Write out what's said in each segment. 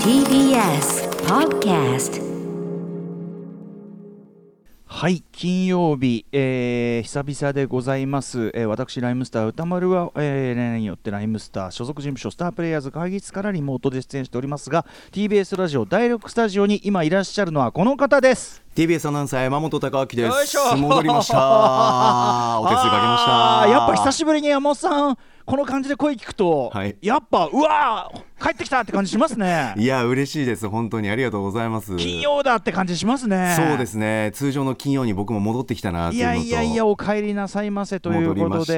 TBS Podcast はい金曜日、えー久々でございます、えー私ライムスター歌丸は、えー例によってライムスター所属事務所スタープレイヤーズ会議室からリモートで出演しておりますが TBS ラジオ第6スタジオに今いらっしゃるのはこの方です TBS アナウンサー山本貴明ですよいしょ戻りました お手数かけましたあーやっぱ久ししぶりに山本さんこの感じで声聞くと、はいやっぱうわー帰ってきたって感じしますねいや嬉しいです本当にありがとうございます金曜だって感じしますねそうですね通常の金曜に僕も戻ってきたなっていいうのやといやいや、お帰りなさいませというこ戻りとました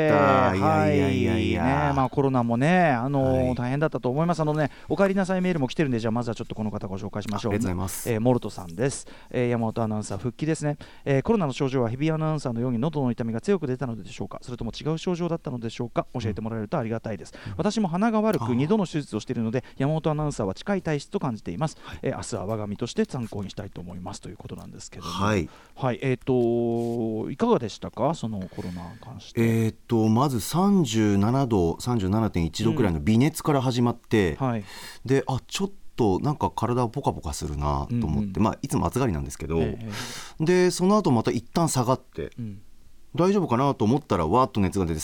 で、いやいやいやいやねまあ、コロナもね、あのーはい大変だったと思います、あのね、お帰りなさいメールも来てるんで、じゃあ、まずはちょっとこの方、ご紹介しましょう。ありがとうございますえーモルトさんです、えー山本アナウンサー、復帰ですね、えーコロナの症状は日比アナウンサーのように喉の痛みが強く出たのでしょうか、それとも違う症状だったのでしょうか、教えてもらえるとありがたいです。私も鼻が悪く、2度の手術をしているので、山本アナウンサーは近い体質と感じています。えー明日は我が身として参考にしたいと思いますということなんですけども。はいはい、えっ、といかがでしたか、そのコロナに関して。えーっとまず37度37.1度くらいの微熱から始まって、はい、であちょっとなんか体ポカポカするなと思って、うんうんまあいつも暑がりなんですけど、ええでその後また一旦下がってうん、大丈夫かなと思ったらわーっと熱が出て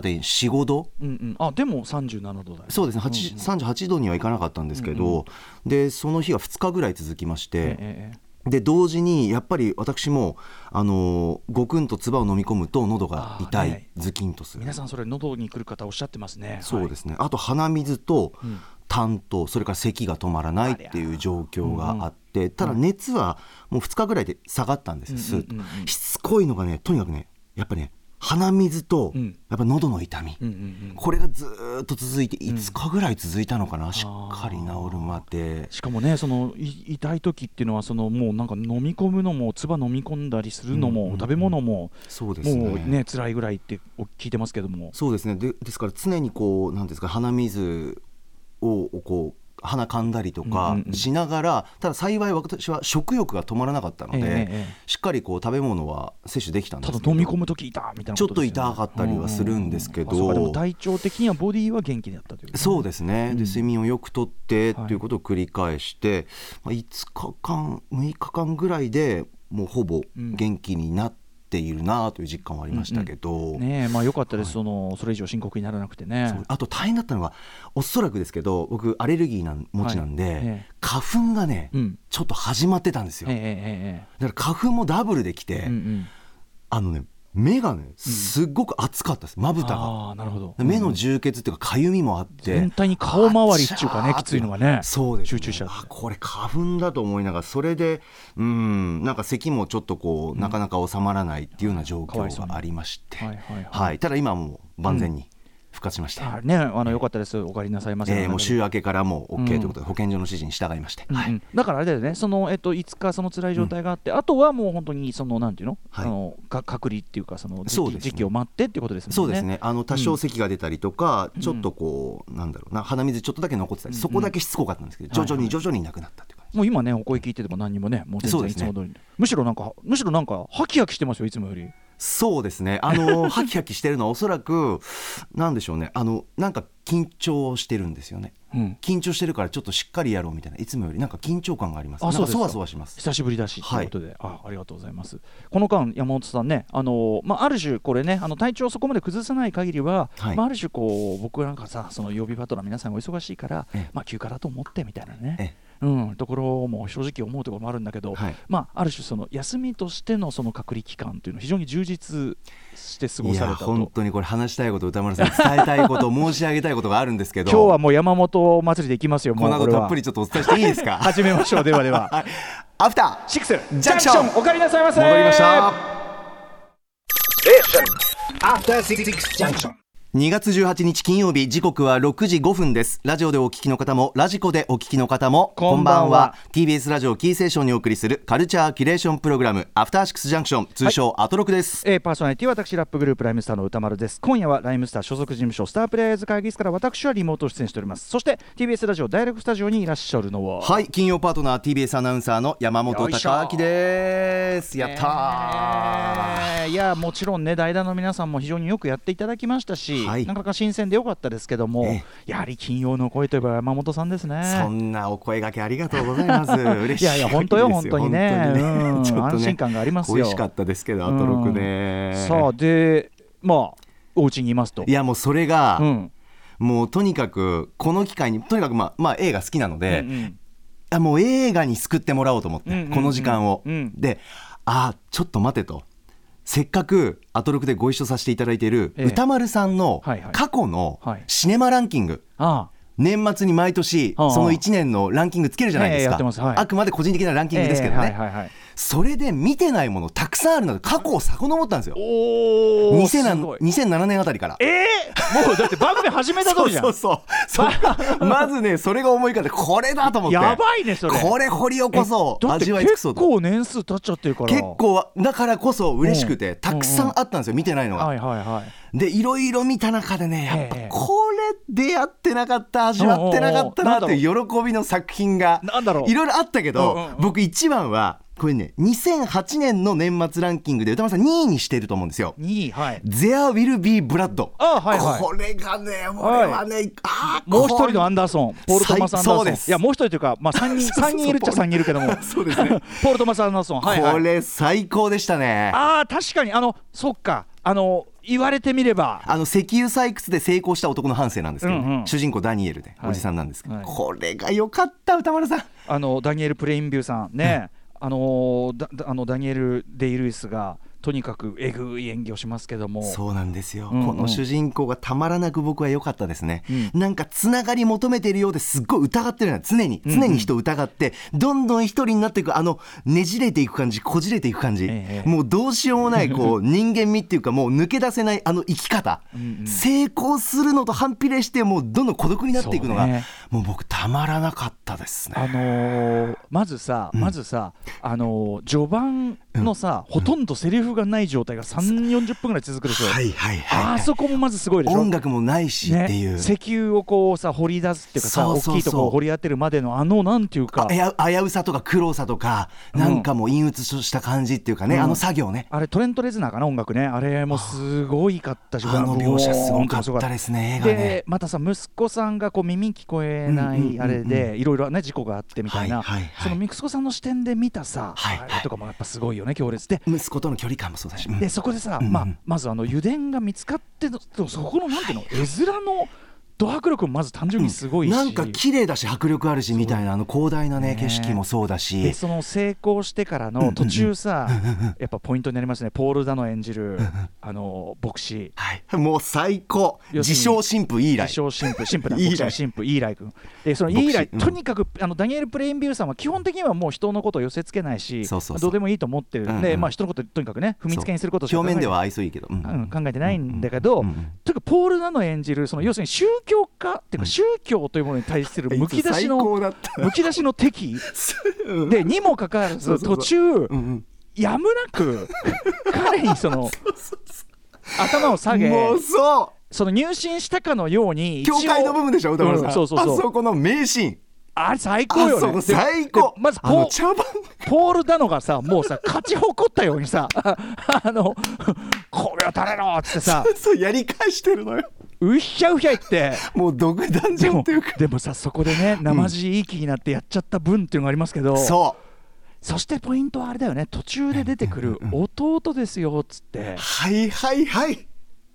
37.45度うん、うん、あ、でも三十七度だよ、そうですね、8 38度にはいかなかったんですけど、でその日が2日ぐらい続きましええて、えで同時にやっぱり私も、あのーごくんと唾を飲み込むと喉が痛あーい、はいズキンとすえる皆さんそれ喉に来る方おっしゃってますね。。そうですすねあと鼻水とうん痰とそれから咳が止まらないっていう状況があって、ただ熱はもう2日ぐらいで下がったんです、スーッとうんうんうんうんしつこいのがねとにかくねやっぱね鼻水と、うんやっぱ喉の痛み、うん、うん、うん。これがずーっと続いて5日ぐらい続いたのかな、しっかり治るまでしかもね、そのい痛い時っていうのは、そのもうなんか飲み込むのも、唾飲み込んだりするのも、うんうんうん食べ物も。そうですねもうね、辛いぐらいってお聞いてますけども。そうですねでですから常にこうなんですか鼻水をこう鼻かんだりとうんかうんうんしながら、ただ幸い私は食欲が止まらなかったので、ええええしっかりこう食べ物は摂取できたんでたすだけど飲み込む時痛みたいなことですよね、ちょっと痛かったりはするんですけどうううあそうかでも体調的にはボディは元気だったという、そうですね、うんで睡眠をよくとってはいということを繰り返して、まあ、5日間6日間ぐらいでもうほぼうん元気になっているなという実感はありましたけど、ねえまあ良かったです、そのそれ以上深刻にならなくてねそうあと大変だったのはおそらくですけど僕アレルギーなん持ちなんで、はいええ花粉がね、うんちょっと始まってたんですよ、えええだから花粉もダブルできて、えええうんあのね目がねすっごく熱かったですまうん、ぶたが、ああなるほど目の充血っていうかかゆみもあって、全体に顔周りっていうかねあきついのがねそうですね集中しちゃってあこれ花粉だと思いながらそれでうんなんか咳もちょっとこうなかなか収まらないっていうような状かわいそう況にがありまして、はいはいはいただ今はもう万全に復活しました、あねあの良かったですお帰りなさいませ、えーもう週明けからもううん OK ということで、保健所の指示に従いまして、うんうんはいだからあれだよね、そのえっと、いつかその辛い状態があって、あとはもう本当にそのなんていうの、はいあのか隔離っていうかその時期そうですね時期を待ってっていうことですもんね。そうですねあの多少咳が出たりとか、ちょっとこうなんだろうな鼻水ちょっとだけ残ってたり、そこだけしつこかったんですけど徐々に徐々になくなったっていう感じ、もう今ね、お声聞いてても何にもね、もう全そう然でいすつねも通り、むしろなんか、むしろなんか、ハキハキしてますよ、いつもより。そうですねあ のハキハキしてるのはおそらくなんでしょうねあのなんか緊張してるんですよねうん、緊張してるからちょっとしっかりやろうみたいないつもよりなんか緊張感がありますあなんそうかですかそわそわします久しぶりだしとはいいうことで、あありがとうございます。この間、山本さんね、あのまあ、ある種、これね、あの体調をそこまで崩さない限りは、はいまあ、ある種こう、僕なんかさ、その曜日パートナー、皆さんお忙しいからええ、まあ、休暇だと思ってみたいなね。ええうん、ところも正直思うところもあるんだけど、はいまあ、ある種その休みとしてのその隔離期間というのは非常に充実して過ごいされやたと本当にこれ話したいこと歌丸さんに伝えた いこと申し上げたいことがあるんですけど今日はもう山本祭りでいきますよもこうの後これはたっぷりちょっとお伝えしていいですか 始めましょうではでははいアフターシックスジャンクションお帰りなさいませ戻りました。 After Six Junction. 2月18日金曜日時刻は6時5分ですラジオでお聞きの方もラジコでお聞きの方もこんばんは TBS ラジオキーセーションにお送りするカルチャーキュレーションプログラムアフターシックスジャンクション通称アトロクです、えーパーソナリティは私ラップグループライムスターの歌丸です今夜はライムスター所属事務所スタープレイヤーズ会議室から私はリモート出演しておりますそして TBS ラジオダイレクトスタジオにいらっしゃるのははい金曜パートナー TBS アナウンサーの山本貴明ですやっえたー、ーいやもちろんね代打の皆さんも非常によくやっていただきましたし、いはいなかなか新鮮でよかったですけども、えやはり金曜の声といえば山本さんですね。そんなお声掛けありがとうございます。嬉し い。いやいや本当よ本当にね本当にねうんちょっとね安心感がありますよ美味しかったですけど、アトロクね。さあでまあお家にいますと。いやもうそれが、うんもうとにかくこの機会にとにかくまあまあ映画好きなので、うんうんあもう映画に救ってもらおうと思って、うんうんうんこの時間を、うんであちょっと待てとせっかくアトロクでご一緒させていただいているええ歌丸さんのはいはい過去のはいシネマランキング、あ年末に毎年はあはあその1年のランキングつけるじゃないですええやか、ってますはいあくまで個人的なランあキングですけどね、ええはいはいはい、それで見てないものたくさんあるので過去を遡ったんですよおおすご2007い2007年あたりからえー、もうだって番組始めたそ通うりじゃんそうそうそっ かまずねそれが思い浮かんでこれだと思ってやばいねそれこれ掘り起こそうだって味わい尽くそ結うと構年数経っちゃってるから結構だからこそ嬉しくうてんたくさんあったんですよ見てないのはがいはいはいでいろいろ見た中でねやっぱええこれ出会ってなかった味わってなかったなっていう喜びの作品がなんだろういろいろあったけうんうんうどん僕一番はこれね2008年の年末ランキングで歌丸さん2位にしてると思うんですよ2位はい There will be blood あはいはいこれがね俺はね、あーもう一人のアこンダーソン、ポール・トマス・アンダーソン、そうですいや、もう一人というか、まあ、3人 そうそう三人いるっちゃ3人いるけども、れそうですね ポール・トマス・アンダーソン、はいはいこれ最高でしたねあああ、確かに、あのそっか、あの言われてみれば、の石油採掘で成功した男の半生なんですけどね、うんうん主人公ダニエルで、はいおじさんなんですけど、はいこれが良かった歌丸さんあのダニエル・プレインビューさんね、あのだだあのダニエル・デイ・ルイスが、とにかくえぐい演技をしますけども、そうなんですよ、うんうんこの主人公がたまらなく僕は良かったですね、うんなんかつながり求めてるようですっごい疑ってるのよ常にうんうん常に人を疑って、どんどん一人になっていくあのねじれていく感じこじれていく感じ、ええもうどうしようもない こう人間味っていうかもう抜け出せないあの生き方、んうん成功するのと反比例してもうどんどん孤独になっていくのが、そうねもう僕たまらなかったですねあのーまずさ、まずさ、あのー序盤のさ、ほとんどセリフがない状態が3、40分ぐらい続くでしょ。はいはいはいあそこもまずすごいでしょ音楽もないしっていう、ね、石油をこうさ掘り出すっていうかさそうそうそう大きいところを掘り当てるまでのあのなんていうかあや危うさとか苦労さとか、なんかもう陰鬱とした感じっていうかね、うんあの作業ね、あれトレント・レズナーかな音楽ねあれもすごいかったしあの描写すごかったですすね、映画ねで。またさ息子さんがこう耳聞こえなうんうんうんいうんあれでいろいろね事故があってみたいな、はいはいはいその息子さんの視点で見たさ、はいはいあれとかもやっぱすごいよね強烈で息子との距離感もそうだし、うんでそこでさ、うんうんまあ、まずあの油田が見つかってのそこのなんていうの絵面のド迫力もまず単純にすごいし、なんか綺麗だし、迫力あるしみたいな、あの広大なね、景色もそうだでし、その成功してからの途中さ、やっぱポイントになりますね、ポール・ダノ演じるあの牧師、はい、もう最高、要する自に称神父イーラ自イ、称神父、神父だ、イーライ牧師の神父、イーライ君、でそのイ牧師ーライ、うんとにかくあのダニエル・プレインビューさんは基本的にはもう人のことを寄せつけないし、そうそうどそううでもいいと思ってるんで、うんうんまあ、人のこととにかくね、踏みつけにすることし表か考え面では愛想いいけど、うんうん、考えてないんだけど、うんうんとにかくポール・ダノ演じる、その要するに宗教家っていうか、宗教というものに対 するむき出し最高の。だったむき出しの敵うん でにもかかわらそうずそうそう途中うんうんやむなく彼にそ の頭を下げもうそその入信したかのようにう、一応教会の部分でしょ、歌丸さん、うんそうそうそうあそこの名シーン、あれ最高あよそねこで最高、でまずあのポ茶番ポール・ダノがさもうさ勝ち誇ったようにさあの これは誰のっつって さそうやり返してるのようっひゃうひゃいってもう独断で場もっていうかでもさそこでね生地いい気になってやっちゃった分っていうのがありますけど、そうそしてポイントはあれだよね途中で出てくる弟ですよっつってはいはいはい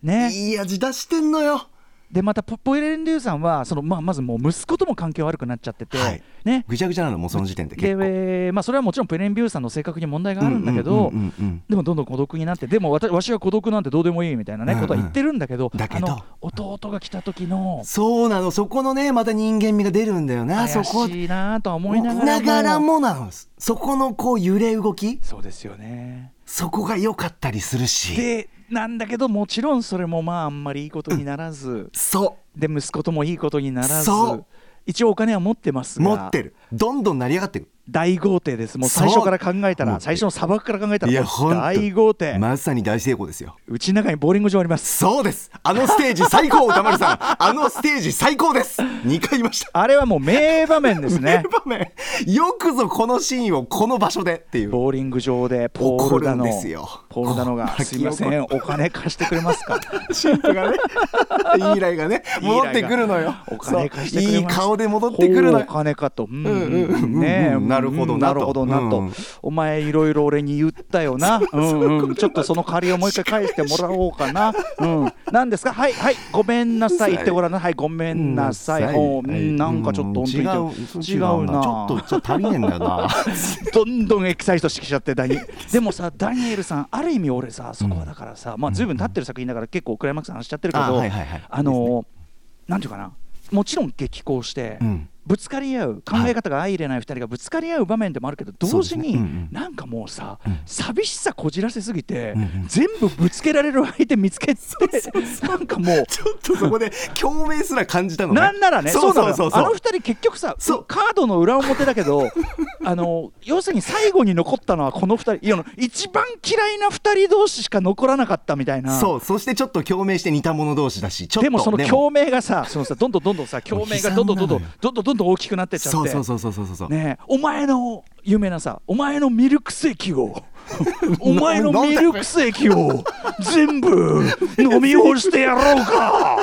ねいい味出してんのよでまたポポエレンデューさんはその、まあ、まずもう息子とも関係悪くなっちゃってて、はいねぐちゃぐちゃなのもうその時点でで、え結構ーまあ、それはもちろんポエレンデューさんの性格に問題があるんだけど、うんうんうんうんでもどんどん孤独になってでもわたわしは孤独なんてどうでもいいみたいな、ねうんうんことは言ってるんだけどだけどあの弟が来た時のそうなのそこのねまた人間味が出るんだよな怪そこしいなとは思いながらももなのそこのこう揺れ動きそうですよねそこが良かったりするしでなんだけどもちろんそれもまああんまりいいことにならず、そで息子ともいいことにならずそう一応お金は持ってますうが持ってるどんどん成り上がってる大豪邸ですもう最初から考えたそらう最初の砂漠から考えたいやら本当大豪邸、まさに大成功ですようちの中にボーリング場ありますそうですあのステージ最高歌丸さんあのステージ最高です2回言いましたあれはもう名場面ですね 名場面よくぞこのシーンをこの場所でっていうボーリング場でポールダノ怒るんですよポールダノが「 こんなすいませんお金貸してくれますか?」新婦がねいい依頼がね戻ってくるのよお金貸してくそれういいます顔で戻ってくるのほうよお金かと、うんうんうんうんうんねえうんなるほどうんななとるほどなと、うんお前いろいろ俺に言ったよな、うんうん、ちょっとその借りをもう一回返してもらおうかな、うん、なんですかはいはいごめんなさい言ってごらんなはいごめんなさい、ほううんなんかちょっとう本ん当に違違ううなちょっとちょっと足りねえんだよな どんどんエキサイトしてきちゃってダニでもさダニエルさんある意味俺さそこはだからさ、まあ随分経ってる作品だから結構クライマックスの話しちゃってるけどああ,、はいはいはいのーなんていうかなもちろん激高して、うんぶつかり合う考え方が相入れない2人がぶつかり合う場面でもあるけど同時に、そうですねうんうんなんかもうさ、寂しさこじらせすぎて、んうん全部ぶつけられる相手見つけてなんかもうちょっとそこで共鳴すら感じたのねなんならね、そそううそそううそうあのそう二人結局さ、そうカードの裏表だけど、 あの要するに最後に残ったのはこの二人、いや一番嫌いな二人同士しか残らなかったみたいな。そうそしてちょっと共鳴して似た者同士だしちょっとでもその共鳴がさ、そのさどんどんどんどん さ共鳴がどんどんどんどん悲どんどんどんどん大きくなってっちゃって、そうそうそうそうそうそうねえお前の有名なさお前のミルクセキ をお前のミルクセキを全部飲み干してやろうか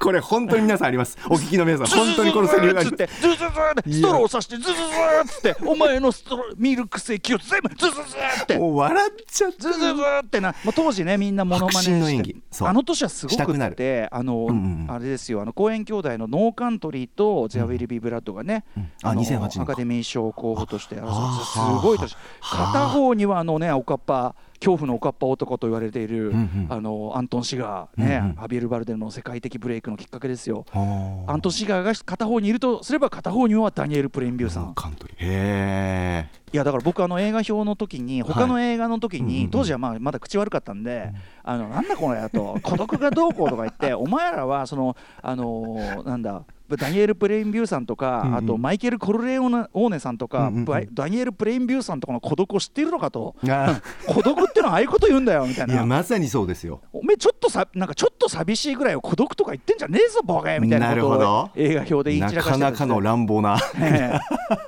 これ本当に皆さんありますお聞きの皆さん本当にこのセリフがあズりズまズズすーっつってズズズーってストローを刺してズズズーっつってお前のストローミルクセキを全部ズズズーってもう笑っちゃってズズズーってな、まあ、当時ねみんなモノマネ迫真の演して技そうあの年はすごしたくくなってあの、んうんあれですよあの公園兄弟のノーカントリーとゼアウィルビーブラッドがね、あの2008年かアカデミー賞候補として争あうすはあごい年はあ片方にはあのねおかっぱ恐怖のおかっぱ男と言われている、んうんあのアントン・シガーね、うんうんハビエル・バルデルの世界的ブレイクのきっかけですよ。あアントシガーが片方にいるとすれば片方にはダニエル・プレインビューさんカントリーへえいやだから僕あの映画表の時にい他の映画の時うんうんうにん当時はまあまだ口悪かったんで「あのなんだこれ」と「孤独がどうこう」とか言って「お前らはそのあのーなんだダニエル・プレインビューさんとかあとマイケル・コルレオナオーネさんとかうんうんうんバイダニエル・プレインビューさんとかの孤独を知っているのかとあ孤独ってのはああいうこと言うんだよみたい いやな。まさにそうですよおめえちょっとさなんかちょっと寂しいぐらいを孤独とか言ってんじゃねえぞボケみたいなことなるをほど映画表で言いな散らかかしてたなんですかよの乱 暴なえ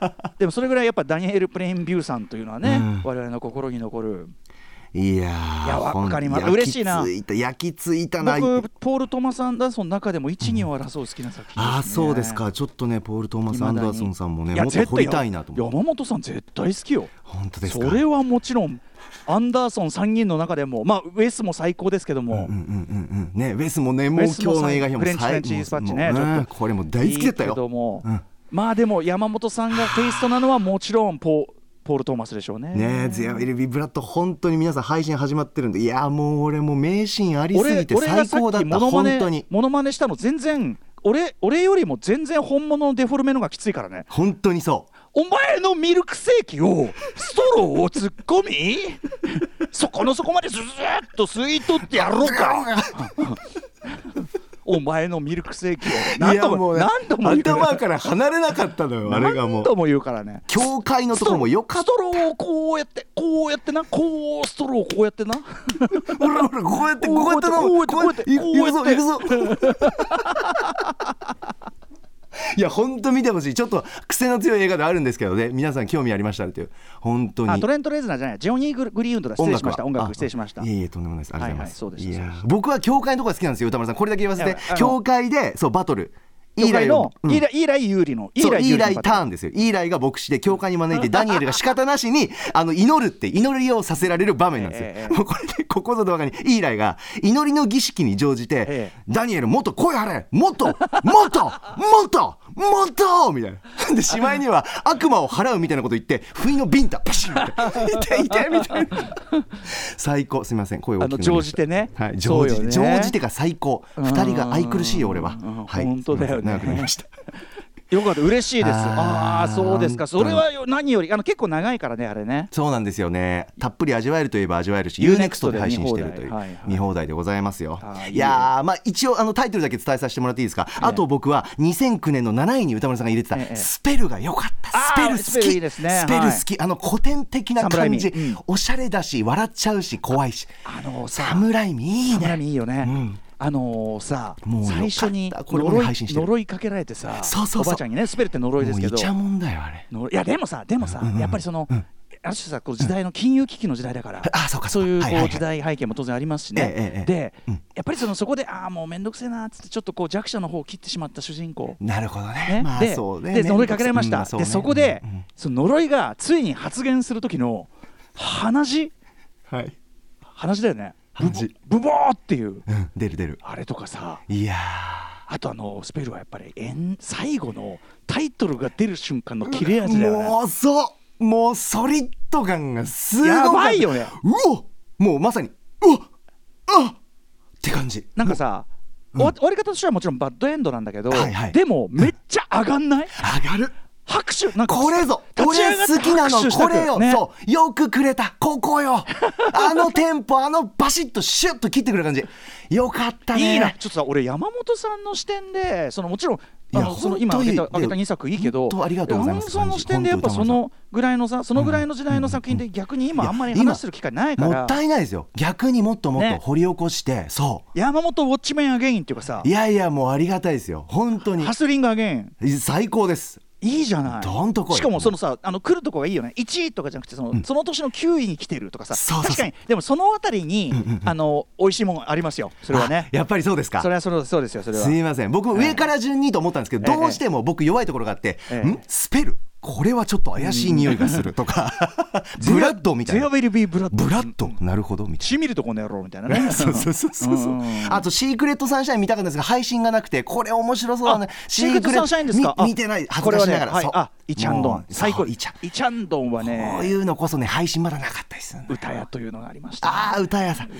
えでもそれぐらいやっぱダニエル・プレインビューさんというのはね、うん我々の心に残るいやいやーわかりますほん嬉しいな焼きついた焼きついたな僕ポール・トーマス・アンダーソンの中でも一二を争う好きな作品です、ねああそうですかちょっとねポール・トーマス・アンダーソンさんもねいやもっと絶対掘りたいなと思って山本さん絶対好きよ本当ですそかれはもちろんアンダーソン3人の中でもまあウェスも最高ですけども、うんうんうんうんねウェスもねウもうェ今ス日もの映画表もフレンチフレン最チもうスパッチねもうちょっとうんこれも大好きだったいいけどよも、うんまあでも山本さんがテイストなのはもちろんポポール・トーマスでしょうねねえゼア・ウィル・ビー・ブラッド本当に皆さん配信始まってるんでいやもう俺もう名シーンありすぎて俺俺が最さっ高だっきたモノマ本ネ当にモノマネしたの全然俺俺よりも全然本物のデフォルメのがきついからね本当にそうお前のミルクセーキをストローを突っ込み そこの底までずずっと吸い取ってやろう かお前前のミルクセーキを何度もいや何度も言う頭から離れなかったのよあれがも何う度も言うからね教会のところもよかっストローをこうやってこうやってなこうストローをこうやってなたほらほらこうやってこうやってこうやってこうやっていこうやって行くぞ行くぞ いや本当見てほしいちょっと癖の強い映画ではあるんですけどね皆さん興味ありましたらっていう本当あにトレント・レーズナーじゃないジョニー・グリグリーンとだ失礼しました音楽失礼しましたいえいえとんでもないですありがとうございます、はいはいそうでしたいやそうでし僕は教会のところが好きなんですよ歌丸さんこれだけ言わせいてやあの教会でそうバトルイーライの、うんイーライイーライ有利のイーそうライイ有ー利のライターンですよイーライが牧師で教会 に招いてダニエルが仕方なしにあの祈るって祈りをさせられる場面なんですよ、ええええもうこれでここぞとばかりにイーライが祈りの儀式に乗じて、ええダニエルもっと声張れもっともっともっともっとみたいなでしまいには悪魔を払うみたいなこと言って不意のビンタパシッ みたいないていてみたいな最高すみません声大きくなりまあしたの乗じてねはいそ乗うよじねて乗じてが最高二人が愛くるしいよ俺はうんはい本当だよねすみません長くなりましたよかった嬉しいですあああーーそうですかそれはよ何よりあの結構長いからねあれねそうなんですよねたっぷり味わえるといえば味わえるし Unext UNEXT でで配配信信ししててるるとといいうう見見放題でございますよあーいいねいやーまあ一応あのタイトルだけ伝えさせてもらっていいですかあと僕は2009年の7位に歌丸さんが入れてたええスペルが良かったあスペール好きスペルいいですねスペル好きあの古典的な感サじムライミうんおしゃれだし笑っちゃうし怖いしあのさサムライミいいカメラねミいいよね、うんあのーさもうよかっ最た初にこれも呪い配信してる呪いかけられてさそうそうそうおばあちゃんにねスペルって呪いですもうけイどチャモンだよあれのいやでもさでもさ、うんうんやっぱりその、ある種さこう時代の金融危機の時代だから、あそうかそういうそうかはいはいこはうい時代背景も当然ありますしね、ええええで、うんやっぱりそのそこでああもう面倒くせえなっつってちょっとこう弱者の方を切ってしまった主人公、なるほどねねまあでそうねでね呪いかけられましうた、んそうでねそこで、うんうんその呪いがついに発言する時の鼻血はい鼻血だよね鼻血ブボブボーっていううん出る出るあれとかさいやあとあのスペルはやっぱりえん最後のタイトルが出る瞬間の切れー味だよねもうそうもうソリッド感がすごいやばいよねうおもうまさにうわあって感じなんかさ、終わ終わり方としてはもちろんバッドエンドなんだけど、はいはいでもめっちゃ上がんない上がる拍手なんかこれぞ立ち俺上がって好きな拍手のしたこくれよ、ねそうよくくれたここよあのテンポあのバシッとシュッと切ってくれる感じよかったねいいなちょっとさ俺山本さんの視点でそのもちろんあいやのその本当今挙げたいい挙げた2作いいけど本当ありがとうございます山本さんの視点でやっぱそのぐらいのさそのぐらいの時代の作品で逆に今あんまり話してる機会ないかもらったいないですよ逆にもっともっねと掘り起こして、そう山本ウォッチメンアゲインっていうかさいやいやもうありがたいですよ本当にハスリングアゲイン最高ですいいじゃないどんとこいしかもそのさあの来るとこがいいよね1位とかじゃなくてその,、その年の9位に来てるとかさそうそうそう確かにでもそのあたりに、あの美味しいもんありますよそれはねあやっぱりそうですかそれはそれはそうですよそれはすみません僕上から順にと思ったんですけど、ええどうしても僕弱いところがあって、ええんスペルこれはちょっと怪しい匂いがするとか、 ブラッドみたいなゼアウェルビーブラッドブラッドなるほどみたいなしみるとこの野郎みたいな ねそうそうそうそうそううんうんうんあとシークレットサンシャイン見たかったんですが配信がなくてこれ面白そうだねあシークレットサンシャインですかみあ見てない恥ずかしながら、これはね、そうはい、あイチャンドもンう最高そうイチャンイチャンドンはこういねうのこそね配信まだなかったですよね歌屋というのがありましたね、ああ歌屋さんね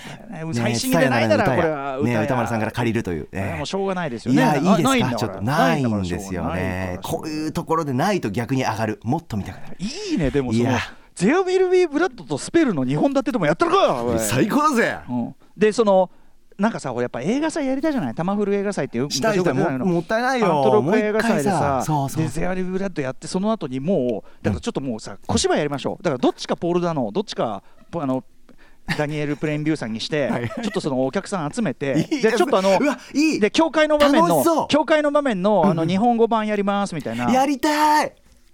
最新でないならこれは歌歌屋屋ね歌丸さんから借りるという、もうしょょうがないですよいねやいいなでいんすかだちょからっとないだからんしょうでがすよないねからしょうがこうないいうところでないと逆に上がるもっと見たくなるいいねでもそいのやゼアウィル・ビー・ブラッドとスペルの2本立てでもやったのかおい高だぜうん、でそのなんかさ俺やっぱ映画祭やりたいじゃないタマフル映画祭っていうしたい昔よくしやたいってたのももったいないよアントロック映画祭でもうさ一回さそうそうでゼアリブラッドやってその後にもうだからちょっともうさ小芝居やりましょうだからどっちかポールだのどっちかポあのダニエル・プレインビューさんにしてはいちょっとそのお客さん集めいて いですでねちょっとあのうわいいで教会の場面楽しそのう教会の場面のあの日本語版やりますみたいなやりたい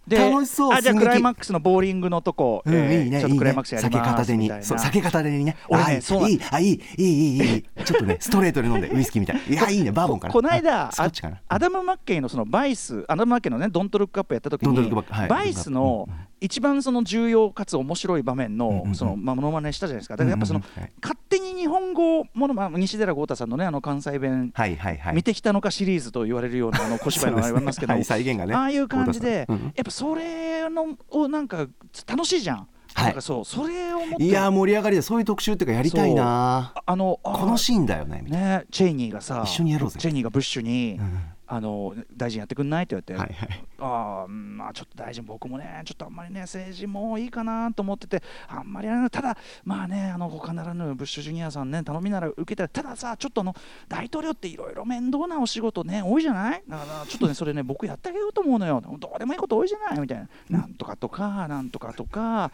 で楽しそうあじゃあクライマッククスのボーリングのとこ、うん、えーいいね、ちょっとクライマックスやりますいいね、酒片手みたいになそう酒片手にね俺ねあいいそうなんいいあいいいいいいいいちょっ とねストレートで飲んでウイスキーみたいいやいいねバーボンかなここの間ああスコッチかなアダム・マッケイのそのバイスアダム・マッケイのねドント・ルック・アップやった時ドントにルックバックはいバイスの一番その重要かつ面白い場面うんうんのうんそのまあモノマネしたじゃないですかだからやっぱそのうんうんうんはい勝手に日本語ものまあ西寺豪太さんのねあの関西弁はいはいはい見てきたのかシリーズと言われるようなあの小芝居のありますけどそうですねはい再現がねああいう感じで豪や太さんうんっぱそれのをなんか楽しいじゃんはいなんかそうそれをもっといやー盛り上がりでそういう特集っていうかやりたいなああのあーこのシーンだよねみたいねチェイニーがさ一緒にやろうぜチェイニーがブッシュに、んあの大臣やってくんないって言われて、なはいはいああうんまあちょっと大臣僕もねちょっとあんまりね政治もういいかなと思っててあんまりあれなただまあねあの他ならぬブッシュジュニアさんね頼みなら受けたらたださちょっとあの大統領っていろいろ面倒なお仕事ね多いじゃないだからちょっとねそれね僕やってあげようと思うのよどうでもいいこと多いじゃないみたいななんとかとかなんとかとか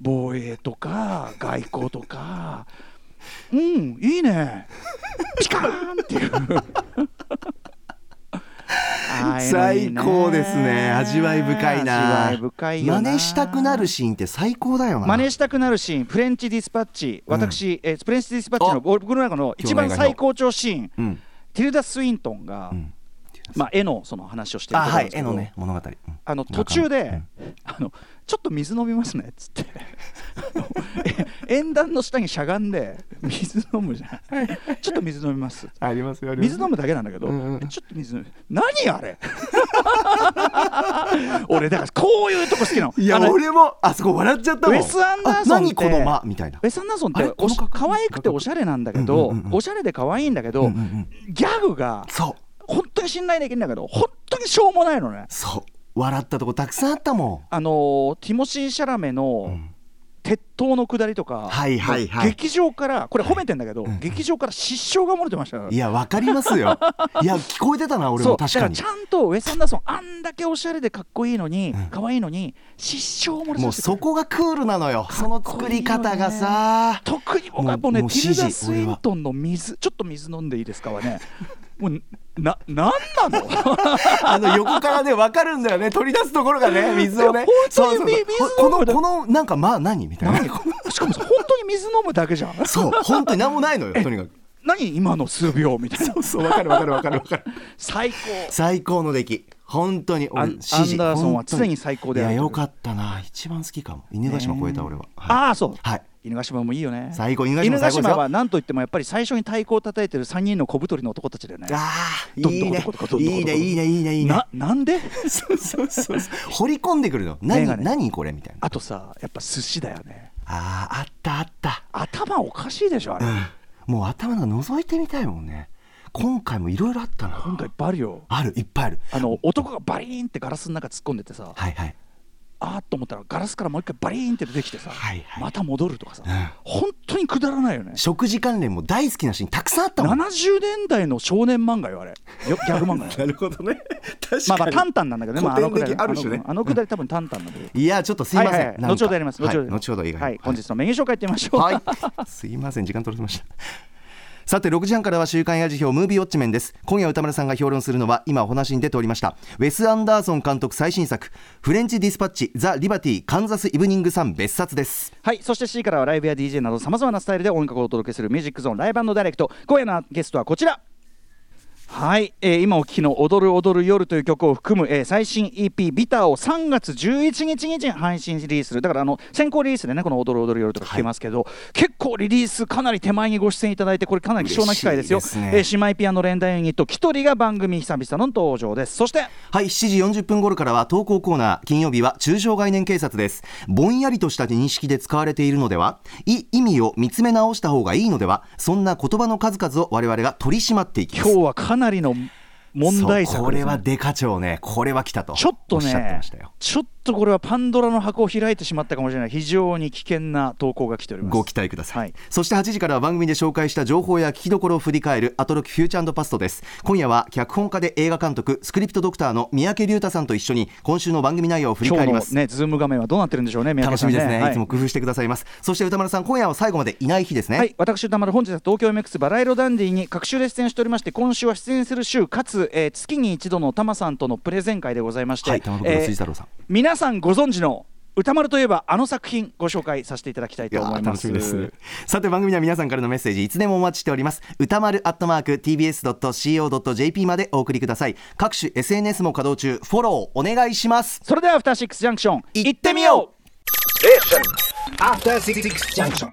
防衛とか外交とかうんいいねピカーンっていうああいうのいい 最ね高ですね味わい深いな味わい深いよな真似したくなるシーンって最高だよな真似したくなるシーンフレンチディスパッチ私、えーフレンチディスパッチのあ僕の中の一番今日の最映画の高潮シーン、うんティルダ・スウィントンが、うんまあ、絵のその話をしてるあところなはんいです絵けどのね物語うんあの途中で、あのちょっと水飲みますねっつって あのえ演壇の下にしゃがんで水飲むじゃんちょっと水飲みますありますよありますよ水飲むだけなんだけど、うんうんえちょっと水飲む何あれ 俺だからこういうとこ好きなのいやあの俺もあそこ笑っちゃったもんウェス・アンダーソンあって何この間みたいなウェス・アンダーソンあっれておしこの画角可愛くておしゃれなんだけど、うんうんうんうんおしゃれで可愛いんだけど、うんうんギャグがそう本当に信頼できるんだけど本当にしょうもないのねそう笑ったとこたくさんあったもあのーティモシー・シャラメの、ん鉄塔の下りとか、はいはいはい劇場からこれ褒めてんだけど、劇場から失笑が漏れてましたからんいやわかりますよいや聞こえてたな俺そうもだ確かからにちゃんとウェス・アンダーソンあんだけおしゃれでかっこいいのに、可愛いのに失笑を漏れもさうせてくそれるこがクールなのよその作り方がさ特に僕もうはもうねもうティルダ・指示ス俺ウはィントンの水ちょっと水飲んでいいですかはねもうななんなの あの横からね分かるんだよね取り出すところ がね水をねいや本当にそうそうそうみ水こ飲むのだこのなんかまあ何みたいな何しかもさ本当に水飲むだけじゃんそう本当に何もないのよとにかく何今の数秒みたいなそう分かる分かる分かる分かる最高最高の出来本当にア俺ン指示アンダーソンは本当に常に最高であいるやよかったな一番好きかも犬ヶ島超えた俺は、はいああそう、はい犬ヶ島もいいよね最高犬ヶ島犬最ヶ高です島はよ何と言ってもやっぱり最初に太鼓を叩いてる3人の小太りの男たちだよねあーどんいどいんねどんどんどんどんいいねいいねいいねいいねななんでそうそうそうそう 掘り込んでくるのメ何ガネ何これみたいなあとさやっぱ寿司だよねあーあったあった頭おかしいでしょあれ、もう頭の覗いてみたいもんね今回もいろいろあったな今回いっぱいあるよあるいっぱいあるあの男がバリーンってガラスの中突っ込んでてさはいはいあーっと思ったらガラスからもう一回バリーンって出てきてさ、はいはいまた戻るとかさ、ん本当にくだらないよね食事関連も大好きなシーンたくさんあったもん70年代の少年漫画よあれよギャグ漫 画よなるほどね確まあまあタンタンなんだけどね、まあ、あのくだり古典的ある種ねあのくだり多分タンタンなんだけどいやちょっとすいません、はいはい、なんか後ほどやります。は後いほどやります後ほど以外はい、本日のメニュー紹介いってみましょう。はい、すいません時間取られました さて6時半からは週刊や辞表ムービーウォッチメンです今夜歌丸さんが評論するのは今お話に出ておりましたウェス・アンダーソン監督最新作フレンチ・ディスパッチ・ザ・リバティ・カンザス・イブニングさん別冊ですはい、そして C からはライブや DJ などさまざまなスタイルで音楽をお届けするミュージックゾーンライブダイレクト今夜のゲストはこちらはい、えー今お聴きの「踊る踊る夜」という曲を含む、えー最新 EP「ビターを3月11日に配信リリースするだからあの先行リリースでねこの「踊る踊る夜」とか聞けますけど、結構リリースかなり手前にご出演いただいてこれかなり貴重な機会ですよ嬉しいですねえー姉妹ピアノ連弾ユニット「キトリ」が番組久々の登場ですそしてはい7時40分頃からは投稿コーナー金曜日は中小概念警察ですぼんやりとした認識で使われているのではい意味を見つめ直した方がいいのではそんな言葉の数々を我々が取り締まっていきま今す日はかなりの問題そう作こでれす、はね、デカ長ねこれは来たとちょっとおしゃってねましたよちょっとこれはパンドラの箱を開いてしまったかもしれない非常に危険な投稿が来ておりますご期待ください、はいそして8時からは番組で紹介した情報や聞きどころを振り返る「アトロキフューチャーパスト」です今夜は脚本家で映画監督スクリプトドクターの三宅龍太さんと一緒に今週の番組内容を振り今返日りのます、ねズーム画面はどうなってるんでしょうね宮楽家しさんみですねはいつも工夫してくださいますそして歌丸さん今夜は最後までいない日ですね、はい、私歌丸本日は東京 MX バラ色ダンディに各週で出演しておりまして今週は出演する週かつ、えー月に一度の玉さんとのプレゼン会でございまして、はい玉袋筋太郎さん皆さんご存知の歌丸といえばあの作品ご紹介させていただきたいいとや思いーま楽すしみですねさて番組では皆さんからのメッセージいつでもお待ちしております歌丸アットマーク TBS.CO.JP までお送りください各種 SNS も稼働中フォローお願いしますそれではアフターシックスジャンクション行ってみよう After Six Junction.